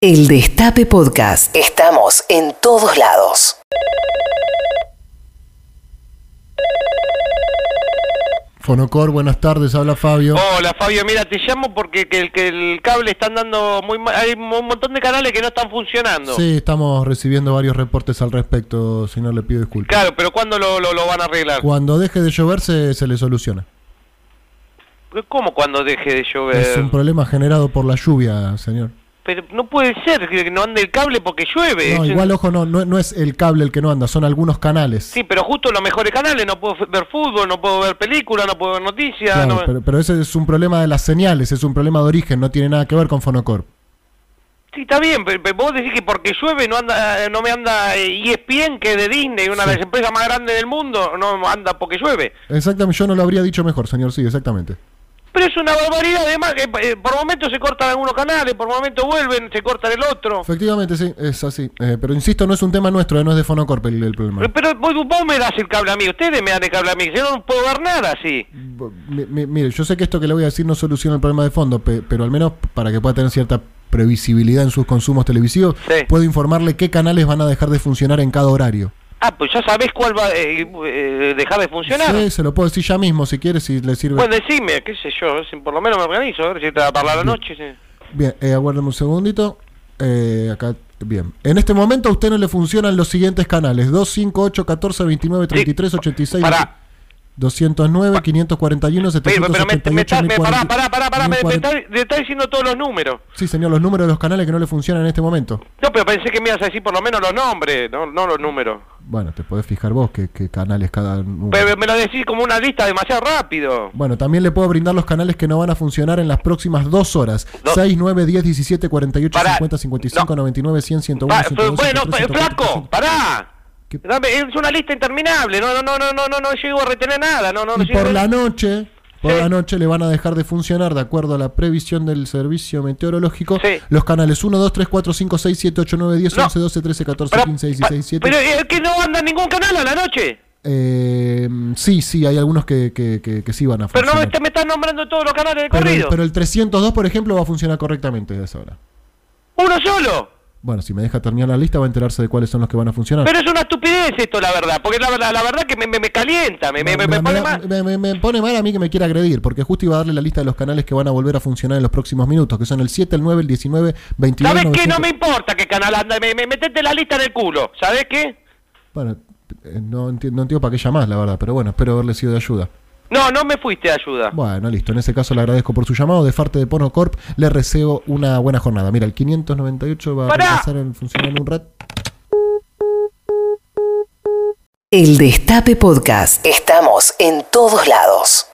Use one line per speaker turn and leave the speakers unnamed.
El Destape Podcast. Estamos en todos lados.
Fonocor, buenas tardes, habla Fabio.
Hola Fabio, mira, te llamo porque que el, que el cable están dando muy mal, hay un montón de canales que no están funcionando.
Sí, estamos recibiendo varios reportes al respecto, si no le pido disculpas.
Claro, pero ¿cuándo lo, lo, lo van a arreglar?
Cuando deje de llover se, se le soluciona.
¿Cómo cuando deje de llover?
Es un problema generado por la lluvia, señor.
Pero no puede ser que no ande el cable porque llueve.
No,
Es-
igual, ojo, no, no, no es el cable el que no anda, son algunos canales.
Sí, pero justo los mejores canales, no puedo f- ver fútbol, no puedo ver películas, no puedo ver noticias.
Claro,
no-
pero, pero ese es un problema de las señales, es un problema de origen, no tiene nada que ver con Fonocor.
Sí, está bien, pero, pero vos decís que porque llueve no anda eh, no me anda eh, ESPN que es de Disney, una de las empresas más grandes del mundo, no anda porque llueve.
Exactamente, yo no lo habría dicho mejor, señor, sí, exactamente.
Pero es una barbaridad, además, que eh, por momentos se cortan algunos canales, por momentos vuelven, se cortan el otro.
Efectivamente, sí, es así. Eh, pero insisto, no es un tema nuestro, eh, no es de Fonocorp el, el problema.
Pero, pero vos, vos me das el cable a mí, ustedes me dan el cable a mí, yo no puedo ver nada así.
B- mi- mi- Mire, yo sé que esto que le voy a decir no soluciona el problema de fondo, pe- pero al menos para que pueda tener cierta previsibilidad en sus consumos televisivos,
Sí.
puedo informarle qué canales van a dejar de funcionar en cada horario.
Ah, pues ya sabés cuál va eh, a dejar de funcionar.
Sí, se lo puedo decir ya mismo si quiere, si le sirve.
Pues decime, qué sé yo, si por lo menos me organizo, a ver si te va a hablar la noche. sí.
Bien, eh, aguárdame un segundito. Eh, acá, bien. En este momento a usted no le funcionan los siguientes canales: 2, 5, 8, 14, 29, 33, 86,
Pará.
209, 541,
Pero,
788,
pero me, me está, me, pará, pará, pará, pará, me, me
1040.
está, me está diciendo todos los números.
Sí, señor, los números de los canales que no le funcionan en este momento.
No, pero pensé que me ibas a decir por lo menos los nombres, no, no los números.
Bueno, te podés fijar vos qué, qué canales cada número.
Pero me lo decís como una lista demasiado rápido.
Bueno, también le puedo brindar los canales que no van a funcionar en las próximas dos horas.
No.
6, 9, 10, 17, 48,
Pará.
50, 55,
No.
99, 100, 101,
Pa-
102,
bueno,
103,
pa-
104,
flaco, pará.
¿Qué?
Dame, es una lista interminable, no, no, no, no, no, no, no llego a retener nada, no, no, no
Y por
llego-
la noche, por
Sí.
la noche le van a dejar de funcionar, de acuerdo a la previsión del servicio meteorológico,
Sí.
los canales 1, 2, 3, 4, 5, 6, 7, 8, 9, 10,
No.
11, 12, 13, 14,
Pará,
15,
pa-
16, 17.
Pero es que no anda ningún canal a la noche.
Eh, sí, sí, hay algunos que, que, que- que sí van a
Pero no
funcionar.
me, te- me estás nombrando todos los canales de
Pero el-
corrido.
pero el 302, por ejemplo, va a funcionar correctamente a esa hora.
Uno solo.
Bueno, si me deja terminar la lista, va a enterarse de cuáles son los que van a funcionar.
Pero es una estupidez esto, la verdad. Porque la verdad, la verdad que me, me, me calienta, me, me, me-
Me- me-
me pone
me-
mal.
me- me- me pone mal a mí que me quiera agredir, porque justo iba a darle la lista de los canales que van a volver a funcionar en los próximos minutos, que son el 7, el 9, el 19, 22,
¿Sabes qué?
900.
No me importa qué canal anda. Me, me- metete la lista en el culo. ¿Sabes qué?
Bueno, eh, no, enti- no entiendo para qué llamás, la verdad, pero bueno, espero haberle sido de ayuda.
No, no me fuiste a ayuda.
Bueno, listo, en ese caso le agradezco por su llamado. De parte de Pornocorp, le recebo una buena jornada. Mira, el 598 va
Pará.
a empezar en funcionar en un rato.
El Destape Podcast. Estamos en todos lados.